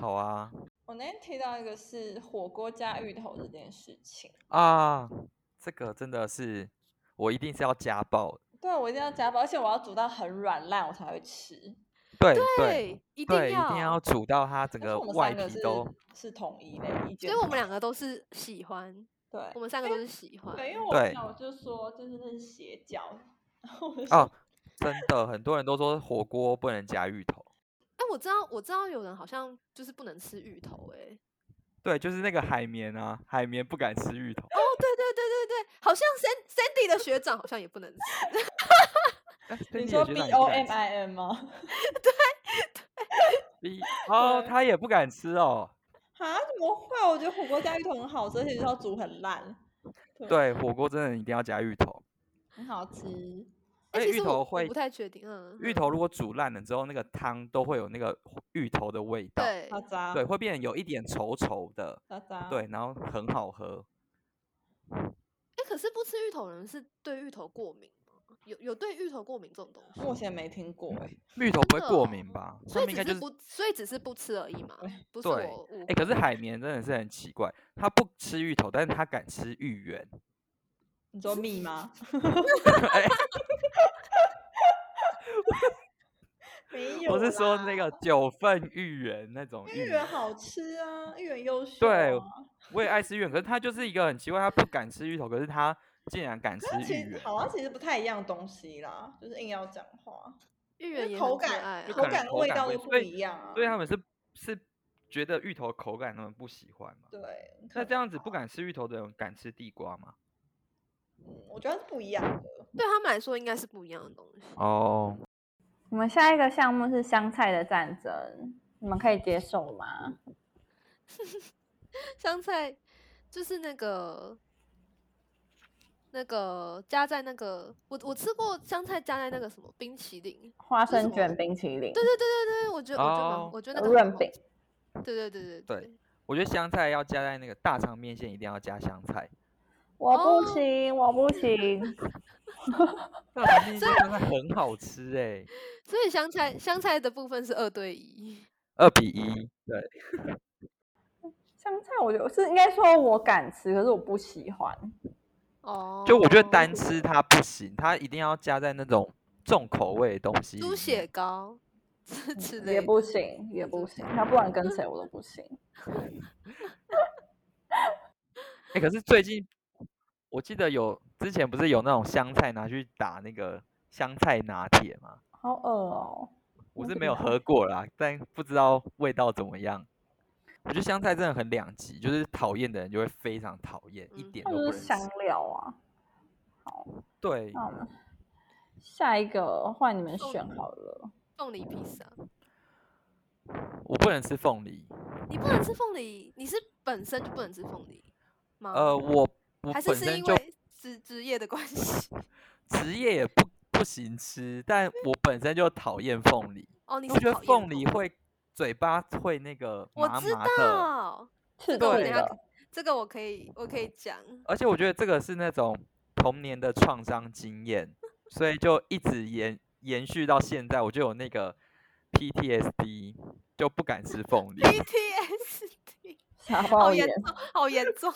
S4: 好啊
S2: 我那天提到一个是火锅加芋头这件事情，
S4: 啊，这个真的是我一定是要家暴的。
S2: 对啊我一定要加包，而且我要煮到很软烂我才会吃。
S4: 对对
S3: 对，一定
S4: 对，一定要煮到它整
S2: 而且
S4: 个
S2: 我们
S4: 外
S2: 三个
S4: 皮
S2: 是
S4: 都
S2: 是统一的意
S3: 所
S2: 见
S3: 以我
S2: 统
S3: 们两个都是喜欢，
S2: 一，对
S3: 我们三个都是喜欢。
S2: 对，因为我
S4: 对
S2: 朋友就说，就是那是邪教，然后我就
S4: 哦，真的很多人都说火锅不能加芋头。
S3: 哎、我知道，我知道有人好像就是不能吃芋头、欸，哎，
S4: 对，就是那个海绵啊，海绵不敢吃芋头。
S3: 哦，对对对对对，好像 San- Sandy 的学长好像也不能吃，
S4: 但是
S2: 你
S4: Cindy
S2: 说
S4: 哎也
S2: B
S4: 觉得
S2: O
S4: 不敢
S2: M
S4: 吃
S2: I N 吗？
S4: B 哦，
S2: 对
S4: 他也不敢吃哦。
S2: 啊，怎么会？我觉得火锅加芋头很好吃，而且要煮很烂，
S4: 对，火锅真的一定要加芋头。
S2: 很好吃。
S3: 哎、
S4: 而且
S3: 其
S4: 芋
S3: 实我
S4: 头
S3: 我
S4: 会
S3: 不，太确定，嗯，
S4: 芋
S3: 嗯
S4: 头如果煮烂了之后，那个汤都会有那个芋头的味道，
S3: 对
S2: 渣渣，
S4: 对，会变得有一点稠稠的，
S2: 啊渣渣，
S4: 对，然后很好喝。
S3: 哎、可可是不吃芋头的人是对芋头过敏吗？有有对芋头过敏这种东西吗？
S2: 目前没听过哎、
S4: 芋头不会
S3: 真的
S4: 过
S3: 哦
S4: 敏吧？他
S3: 所以
S4: 们
S3: 只
S4: 应该就是
S3: 不，所以只是不吃而已嘛，不是
S4: 对
S3: 我误
S4: 哎、可是
S3: 会
S4: 海绵真的是很奇怪，他不吃芋头，但是他敢吃芋圆。
S2: 你说蜜吗？
S4: 哎
S2: 没有，
S4: 我是说那个九份芋圆那种
S2: 芋
S4: 芋
S2: 圆
S4: 圆，
S2: 好吃啊，芋圆优秀、啊。
S4: 对我也爱吃芋圆，可是他就是一个很奇怪，他不敢吃芋头，可是他竟然敢吃
S2: 那其
S4: 芋
S2: 实
S4: 圆。
S2: 好像其实不太一样的东西啦，就是硬要讲话，
S3: 芋
S2: 因
S3: 圆
S2: 为
S3: 也
S2: 口
S3: 很可爱
S2: 感、
S4: 就
S2: 口
S3: 啊
S4: 可能
S2: 感
S4: 口
S2: 味
S4: 感
S2: 道
S4: 不一
S2: 都
S4: 样
S2: 不
S4: 所以
S2: 一样啊。
S4: 所以他们是是觉得芋头口感他们不喜欢嘛？
S2: 对，可
S4: 那
S2: 能
S4: 这样子不敢吃芋头的人敢吃地瓜吗？
S2: 嗯我觉得是不一样的。
S3: 对他们来说应该是不一样的东西。
S4: 哦，
S5: 我们下一个项目是香菜的战争，你们可以接受吗？
S3: 香菜就是那个那个加在那个，我我吃过香菜加在那个什么冰淇淋，
S5: 花
S3: 是什
S5: 生
S3: 么
S5: 卷冰淇淋，
S3: 对对对对对，我觉得、我觉得
S4: 哦
S3: 蛮我觉得那个很
S5: 润
S3: 好
S5: 饼
S3: 吃，对对对
S4: 对
S3: 对，
S4: 我觉得香菜要加在那个大肠面线，一定要加香 菜。
S5: 我
S3: 哦
S5: 不行，我不 行，
S4: 大肠面线香菜很好吃哎、
S3: 所以香菜香菜的部分是二对一，
S4: 二比一，对。
S5: 香菜我觉得是应该说我敢吃，可是我不喜欢。
S3: 哦，
S4: 就我觉得单吃它不行，它一定要加在那种重口味的东西里面。
S3: 猪血糕之之
S5: 嗯
S3: 类
S5: 也
S3: 的，
S5: 不行，也不行。他不管跟谁我都不行。
S4: 哎、可是最近我记得有之前不是有那种香菜拿去打那个香菜拿铁吗？
S5: 好恶哦、
S4: 我
S5: 我
S4: 是
S5: 不
S4: 没有
S3: 啊
S5: 知道
S4: 喝过啦，但不知道味道怎么样。我觉得香菜真的很两极，就是讨厌的人就会非常讨厌，一
S3: 嗯
S4: 点
S5: 那
S4: 都
S5: 就
S4: 不
S5: 是
S4: 能
S5: 香
S4: 吃。
S5: 料啊。
S4: 对，
S5: 那我们下一个换你们
S3: 啊送
S5: 选
S3: 你
S5: 好了。
S3: 凤梨披萨，
S4: 我不能吃凤梨。
S3: 你不能吃凤梨，你是本身就不能吃凤梨吗？
S4: 呃，我我
S3: 嗯还是
S4: 本
S3: 是
S4: 身
S3: 因
S4: 就
S3: 为职职业的关系？
S4: 职业也不不行吃，但我本身就讨厌凤梨。
S3: 哦，你
S4: 我
S3: 是
S4: 觉得
S3: 讨厌
S4: 凤梨会嘴巴会那个
S3: 我
S4: 麻
S3: 知
S4: 麻的，
S3: 道，
S5: 赤
S3: 这个我
S5: 对
S3: 等一下
S5: 的，
S3: 这个我可以，我可以讲。
S4: 而且我觉得这个是那种童年的创伤经验，所以就一直延延续到现在，我就有那个 PTSD，就不敢吃凤梨。
S3: PTSD，
S5: 傻
S3: 好
S5: 爆
S3: 严
S5: 眼。
S3: 重，好严重。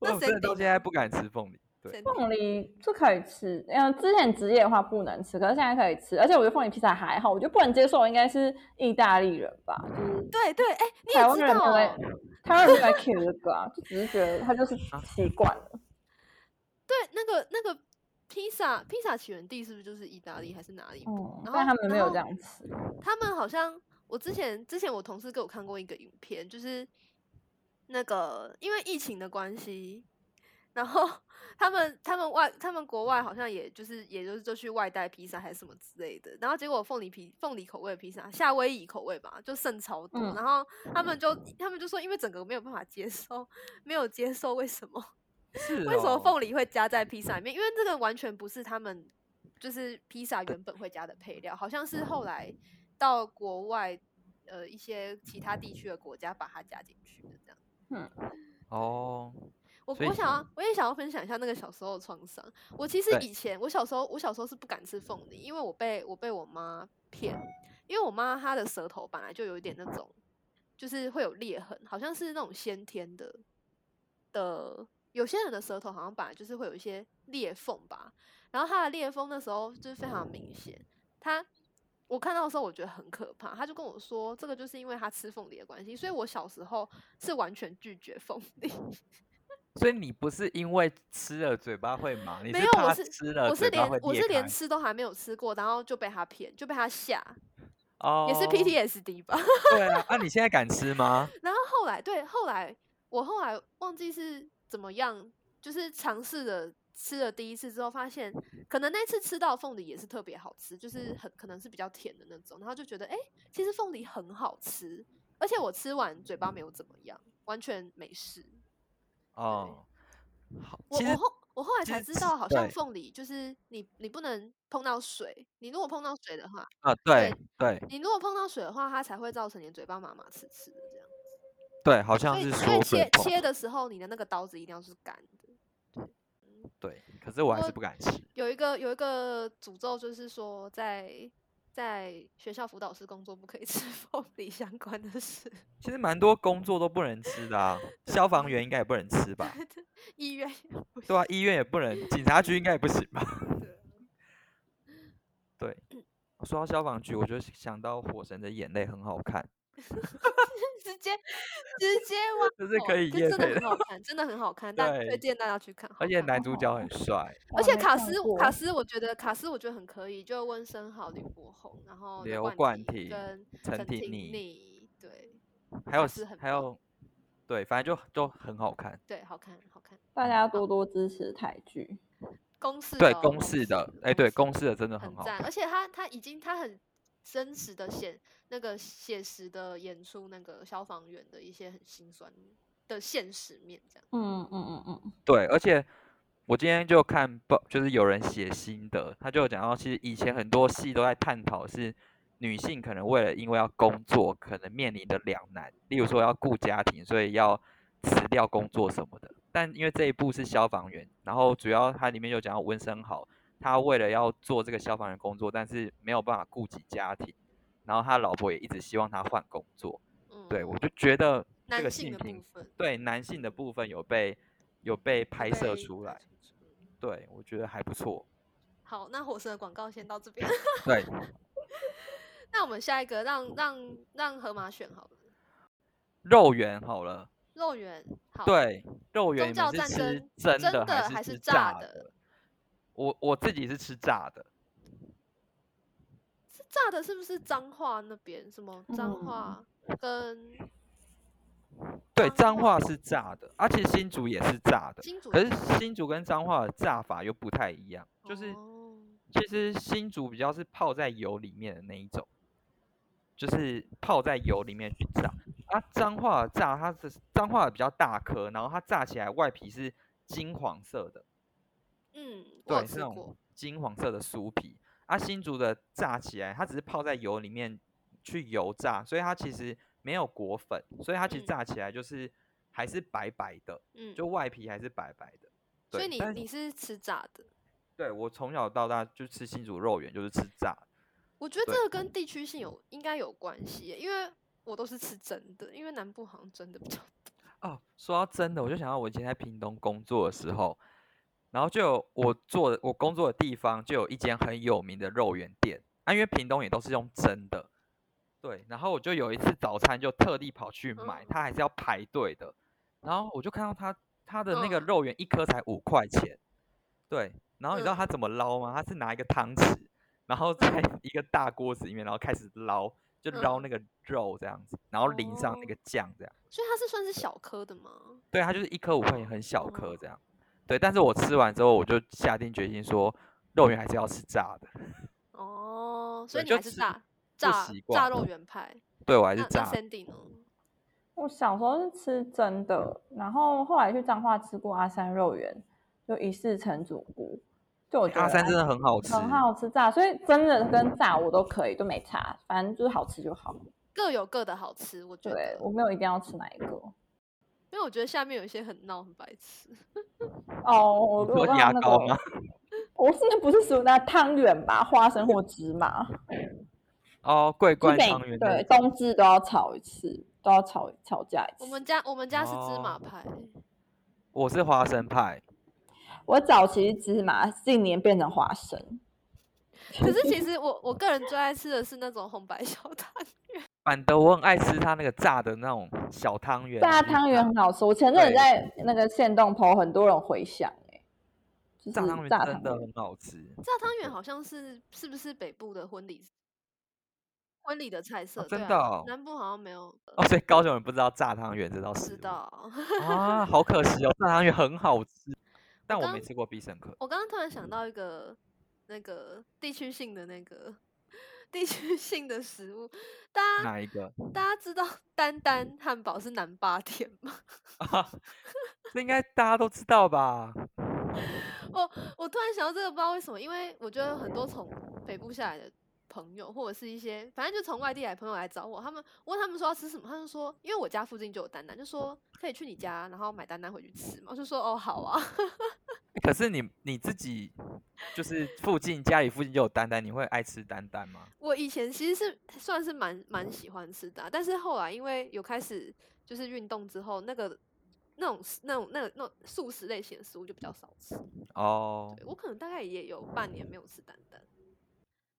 S4: 我
S3: 那啊
S4: 真
S3: Sandy
S4: 的到现在不敢吃凤梨。对，
S3: 真的
S5: 凤梨是可以吃，嗯，之前职业的话不能吃，可是现在可以吃，而且我觉得凤梨披萨还好，我觉得不能接受的应该是意大利人吧，就是
S3: 对对，哎、你
S5: 台湾
S3: 也知
S5: 人没
S3: 道
S5: 有在
S3: 哦，
S5: 台湾人没有在 care 这个啊，就只是觉得他就是
S4: 啊
S5: 习惯了。
S3: 对，那个那个披萨，披萨起源地是不是就是意大利还是哪里？
S5: 嗯，
S3: 然
S5: 但他
S3: 后
S5: 们
S3: 然
S5: 没有
S3: 后
S5: 这样吃。
S3: 他们好像我之前之前我同事给我看过一个影片，就是那个因为疫情的关系，然后他们他们外他们国外好像也就是也就是就去外带披萨还是什么之类的，然后结果凤梨披凤梨口味的披萨，夏威夷口味吧，就剩超多，
S5: 嗯
S3: 然后他们就他们就说因为整个没有办法接受，没有接受为什么？
S4: 是、哦、
S3: 为什么凤梨会加在披萨里面？因为这个完全不是他们就是披萨原本会加的配料，好像是后来到国外呃一些其他地区的国家把它加进去的这样。
S4: 哦？
S3: 我
S4: 所以嗯
S3: 我想要，我也想要分享一下那个小时候的创伤。我其实
S4: 对
S3: 以前，我小时候，我小时候是不敢吃凤梨，因为我被我被我妈骗，因为我妈她的舌头本来就有一点那种，就是会有裂痕，好像是那种先天的的。有些人的舌头好像本来就是会有一些裂缝吧，然后她的裂缝那时候就是非常明显。她我看到的时候，我觉得很可怕。她就跟我说，这个就是因为她吃凤梨的关系，所以我小时候是完全拒绝凤梨。
S4: 所以你不是因为吃了嘴巴会麻，你
S3: 没
S4: 是
S3: 有我
S4: 怕
S3: 是
S4: 吃了
S3: 我是
S4: 嘴巴
S3: 连
S4: 会
S3: 我
S4: 裂
S3: 是连
S4: 开
S3: 吃都还没有吃过，然后就被他骗，就被他吓，
S4: 哦，
S3: 也是 PTSD 吧。
S4: 对啊，那、你现在敢吃吗？
S3: 然后后来对，后来我后来忘记是怎么样，就是尝试了吃了第一次之后，发现可能那次吃到凤梨也是特别好吃，就是很可能是比较甜的那种，然后就觉得哎、诶其实凤梨很好吃，而且我吃完嘴巴没有怎么样，完全没事。
S4: 哦，好，
S3: 我
S4: 其
S3: 我
S4: 实
S3: 后我后来
S4: 其
S3: 才
S4: 实
S3: 知
S4: 吃
S3: 道，好像
S4: 对
S3: 凤梨就是你你不能碰到水，你如果碰到水的话，
S4: 啊，
S3: 对
S4: 对对
S3: 你如果碰到水的话，它才会造成你嘴巴麻麻刺刺的这样。
S4: 对，好像
S3: 所以
S4: 是
S3: 所以
S4: 说
S3: 切
S4: 嘴痛
S3: 切的时候，你的那个刀子一定要是干的。
S4: 对，可是我还
S3: 我
S4: 是不敢吃。
S3: 有一个有一个诅咒，就是说在在学校辅导室工作不可以吃 凤梨相关的事，
S4: 其实蛮多工作都不能吃的啊，消防员应该也不能吃 吧？
S3: 医院也不
S4: 对啊，医院也不能，警察局应该也不行 吧？
S3: 啊
S4: 对，说到消防局，我就想到《火神的眼泪》很好
S3: 哦
S4: 看，
S3: 直接直接挖
S4: 这 是
S3: 哦
S4: 可以
S3: 这
S4: 夜
S3: 真的
S4: 配
S3: 很
S4: 的，
S3: 好看，真的很好看，但推
S4: 对
S3: 荐大家去看。好
S4: 而且
S3: 看
S4: 男主角很帅，
S5: 哇
S3: 而且
S5: 没
S3: 卡
S5: 看
S3: 斯
S5: 过
S3: 卡斯，我觉得卡斯我觉得很可以，就温升豪、李伯宏，然后刘
S4: 刘
S3: 冠
S4: 冠
S3: 廷
S4: 廷
S3: 跟
S4: 陈
S3: 陈
S4: 婷
S3: 婷
S4: 妮
S3: 妮，对
S4: 还有
S3: 卡斯很
S4: 还
S3: 棒
S4: 有，对，反正就都很好看。
S3: 对，好看好看。
S5: 大家多多支持台剧。
S3: 公式
S4: 对
S3: 的哦
S4: 公式的，哎，对公式的真的
S3: 很
S4: 好
S3: 赞，
S4: 看
S3: 而。且他他已经他很真实的写那个写实的演出那个消防员的一些很心酸的现实面，这样
S5: 嗯嗯嗯嗯，
S4: 对，而且我今天就看报，就是有人写心得，他就有讲到，其实以前很多戏都在探讨是女性可能为了因为要工作，可能面临的两难，例如说要顾家庭，所以要辞掉工作什么的。但因为这一部是消防员，然后主要它里面就讲到温升豪，他为了要做这个消防员工作，但是没有办法顾及家庭，然后他老婆也一直希望他换工作。
S3: 嗯，
S4: 对我就觉得这
S3: 男
S4: 个
S3: 性
S4: 性
S3: 的部
S4: 平
S3: 分
S4: 对男性的部分有被有被拍摄
S3: 被
S4: 出
S3: 拍
S4: 来，。对我觉得还 不错。
S3: 好，那火神的广告先到这边，
S4: 对，
S3: 那我们下一个
S4: 嗯
S3: 让让让河马选好了，
S4: 肉圆好了，
S3: 肉圆好，
S4: 对肉
S3: 宗
S4: 圆你
S3: 教
S4: 们是
S3: 战
S4: 吃
S3: 争
S4: 真
S3: 真
S4: 的
S3: 的还
S4: 还
S3: 是
S4: 吃
S3: 炸
S4: 炸
S3: 的啊
S4: 的？我我自己是吃炸的，
S3: 是炸的是不是彰化那边什么彰
S5: 嗯
S3: 化跟
S4: 对，
S3: 彰
S4: 彰化是炸的，而且新竹也是炸的，
S3: 金主
S4: 可是新竹跟彰化的炸法又不太一样，就是
S3: 哦
S4: 其实新竹比较是泡在油里面的那一种，就是泡在油里面去炸。啊，彰化的炸它是彰化的比较大颗，然后它炸起来外皮是金黄色的，
S3: 嗯，我有
S4: 对，是
S3: 吃
S4: 那
S3: 过
S4: 种，金黄色的酥皮。啊，新竹的炸起来，它只是泡在油里面去油炸，所以它其实没有裹粉，所以它其实
S3: 嗯
S4: 炸起来就是还是白白的，
S3: 嗯，
S4: 就外皮还是白白的。
S3: 所以
S4: 对
S3: 你
S4: 但
S3: 你是吃炸的，
S4: 对我从小到大就吃新竹肉圆，就是吃炸的。
S3: 我觉得
S4: 对嗯
S3: 这个跟地区性有应该有关系耶，因为我都是吃真的，因为南部好像真的比较多。
S4: 哦，说到真的，我就想到我以前在屏东工作的时候，然后就有我做的我工作的地方就有一间很有名的肉圆店啊，因为屏东也都是用蒸的，对。然后我就有一次早餐就特地跑去
S3: 嗯
S4: 买，它还是要排队的。然后我就看到它它的那个
S3: 嗯
S4: 肉圆一颗才五块钱，对。然后你知道
S3: 嗯
S4: 它怎么捞吗？它是拿一个汤匙，然后 在一个大锅子里面，然后开始捞，就捞
S3: 嗯
S4: 那个肉这样子，然后淋上
S3: 哦
S4: 那个酱这样。
S3: 所以它是算是小颗的吗？
S4: 对，它就是一颗五块钱，很小颗这样。对，但是我吃完之后，我就下定决心说，肉圆还是要吃炸的。
S3: 哦，所以
S4: 对
S3: 你
S4: 就
S3: 还是
S4: 吃
S3: 炸
S4: 就
S3: 炸
S4: 习惯
S3: 炸
S4: 了
S3: 肉圆派，
S4: 对我还
S3: 那
S4: 是
S3: 那
S4: 炸的。
S3: Sandy 呢？
S5: 我小时候是吃真的，然后后来去彰化吃过阿三肉圆，就一世成主顾，就我觉得
S4: 阿三真的
S5: 很
S4: 很好吃，
S5: 很好吃炸，所以真的跟炸我都可以，都没差，反正就是好吃就好。
S3: 各有各的好吃，我觉
S5: 对
S3: 得，
S5: 我没有一定要吃哪一个。
S3: 因为我觉得下面有一些很闹很白痴，
S5: 哦，我
S4: 你
S5: 我
S4: 说
S5: 刚
S4: 牙
S5: 刚那
S4: 膏
S5: 个
S4: 吗？
S5: 我是那不是属那汤圆吧，花生或芝 麻，
S4: 哦，桂
S5: 基
S4: 冠汤
S5: 本
S4: 圆
S5: 对
S4: 的，
S5: 冬至都要炒一次，都要炒吵架一次。
S3: 我们家我们家是芝麻
S4: 哦
S3: 派，
S4: 我是花生派。
S5: 我早期芝麻，近年变成花生。
S3: 可是其实我我个人最爱吃的是那种红白小汤圆，
S4: 板德我很爱吃它那个炸的那种小汤圆，
S2: 啊
S5: 炸
S4: 就是
S5: 汤圆很好吃，我前阵子
S4: 啊对
S5: 在那个县洞头，很多人回想哎、
S2: 欸
S5: 就是
S4: 炸汤圆
S5: 炸
S4: 真
S5: 汤
S4: 的
S5: 圆，
S4: 很好吃，
S3: 炸汤圆好像是是不是北部的婚礼婚礼的菜色？对
S4: 真
S3: 啊
S4: 的哦
S3: 南部好像没有，
S4: 哦，所以高雄人不知道炸汤圆这道
S3: 知
S4: 食物
S3: 道。
S4: 啊，好可惜哦，炸汤圆很好吃，但我
S3: 刚
S4: 没吃过必胜客。
S3: 我刚刚突然想到一个那个地区性的那个 地区性的食物，大家
S4: 哪一个？
S3: 大家知道丹丹汉堡是南八天吗？
S4: 啊，这应该大家都知道吧？
S3: 我突然想到这个，不知道为什么，因为我觉得很多从北部下来的朋友，或者是一些反正就从外地来的朋友来找我，他们我问他们说要吃什么，他们说因为我家附近就有丹丹，就说可以去你家，然后买丹丹回去吃嘛，我就说哦好啊，
S4: 可是你你自己就是附近家里附近就有丹丹，你会爱吃丹丹吗？
S3: 我以前其实是算是蛮蛮喜欢吃的啊、但是后来因为有开始就是运动之后，那个那种那种那个那种素食类型的食物就比较少吃。
S4: 哦，
S3: 对我可能大概也有半年没有吃丹丹，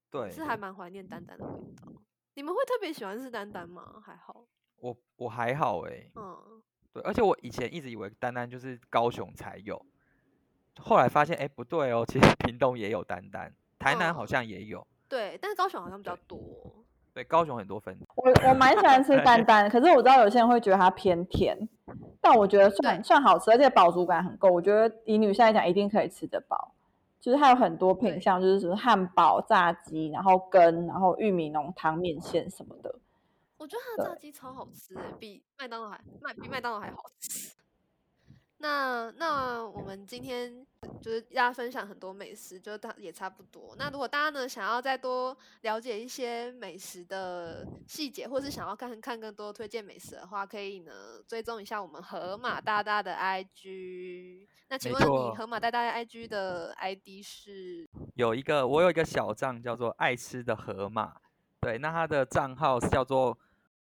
S4: 对，
S3: 是还蛮怀念丹丹的味道。你们会特别喜欢吃丹丹吗？还好，
S4: 我我还好哎、
S3: 嗯，
S4: 对，而且我以前一直以为丹丹就是高雄才有，后来发现哎不对哦，其实屏东也有丹丹，台南好
S3: 嗯
S4: 像也有，
S3: 对，但是高雄好像比较
S4: 对
S3: 多。
S4: 对，高雄很多分店
S2: 我我蛮喜 欢吃丹丹，可是我知道有些人会觉得它偏甜，但我觉得算
S3: 对
S2: 算好吃，而且饱足感很够。我觉得以女生来讲，一定可以吃得饱。就是它有很多品
S3: 对
S2: 相，就是什么汉堡、炸鸡，然后羹，然后玉米浓汤、面线什么的。
S3: 我觉得它的炸
S2: 对
S3: 鸡超好吃欸，比麦当劳还麦比麦当劳还好吃。 那那我们今天就是大家分享很多美食，就大也差不多。那如果大家呢想要再多了解一些美食的细节，或是想要看看更多推荐美食的话，可以呢追踪一下我们河马大大的 IG。那请
S4: 没
S3: 问你
S4: 错
S3: 河马大大的 IG 的 ID 是？
S4: 有一个我有一个小账叫做爱吃的河马，对，那他的账号是叫做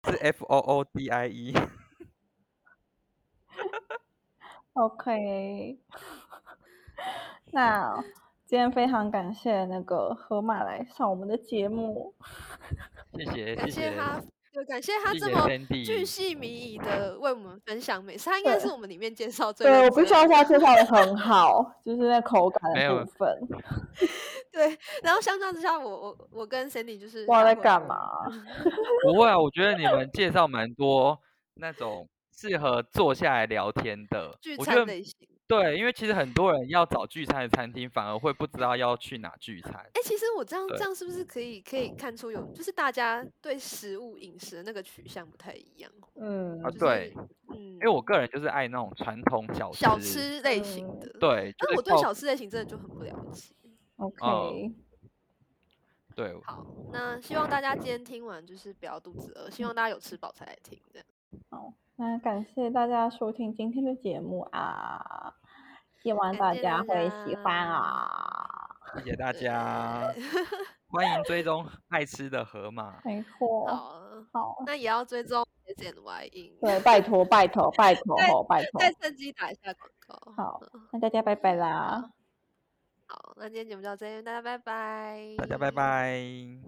S4: 是 F O O D I E，
S2: OK，那今天非常感谢那个河马来上我们的节目。
S4: 谢 谢
S3: 感
S4: 谢
S3: 谢
S4: 谢，
S3: 他，就感谢他
S4: 谢
S3: 这
S4: 谢
S3: 么
S4: Sandy
S3: 巨细靡遗的为我们分享美食，他应该
S2: 对
S3: 是我们里面介绍最
S2: 对我
S3: 认
S2: 必须
S3: 真
S2: 要
S3: 的
S2: 说，他介绍的很好，就是那口感
S4: 没
S2: 的
S4: 有啊
S2: 部分。
S3: 对。然后相较之下，我我我跟 Sandy 就是
S2: 不知道在
S3: 两个
S2: 干
S3: 人
S2: 嘛。
S4: 不会啊，我觉得你们介绍蛮多那种适合坐下来聊天的
S3: 聚，
S4: 我觉
S3: 餐
S4: 得
S3: 类型。
S4: 对，因为其实很多人要找聚餐的餐厅，反而会不知道要去哪聚餐。
S3: 哎、其实我这样
S4: 对
S3: 这样是不是可以可以看出有，就是大家对食物饮食的那个取向不太一样？哦
S2: 嗯
S4: 啊，
S3: 就是
S4: 对，
S3: 嗯，因
S4: 因为我个人就是爱那种传统小吃，
S3: 小吃类型
S2: 嗯
S3: 的，。
S4: 对，就
S3: 但
S4: 是
S3: 我对
S4: 靠
S3: 小吃类型真的就很不了解。
S4: 哦
S2: ，OK，
S4: 对
S3: 好，那希望大家今天听完就是不要肚子饿，希望大家有吃饱才来听这样。
S2: 好，那感谢大家收听今天的节目啊，希望
S3: 感
S2: 大
S3: 谢
S2: 家
S3: 大
S2: 会喜欢
S3: 家
S2: 啊，
S4: 谢谢大家，欢迎追踪爱吃的河马。
S2: 没错，
S3: 好，啊
S2: 好，
S3: 那也要追踪 S N Y 音，
S2: 对，拜托，拜托，拜托
S3: 再
S2: 哦，拜托，
S3: 再趁机打一下广告。
S2: 好，那大家拜 拜啦。
S3: 好，那今天节目就到这边，大家拜拜，
S4: 大家拜。拜。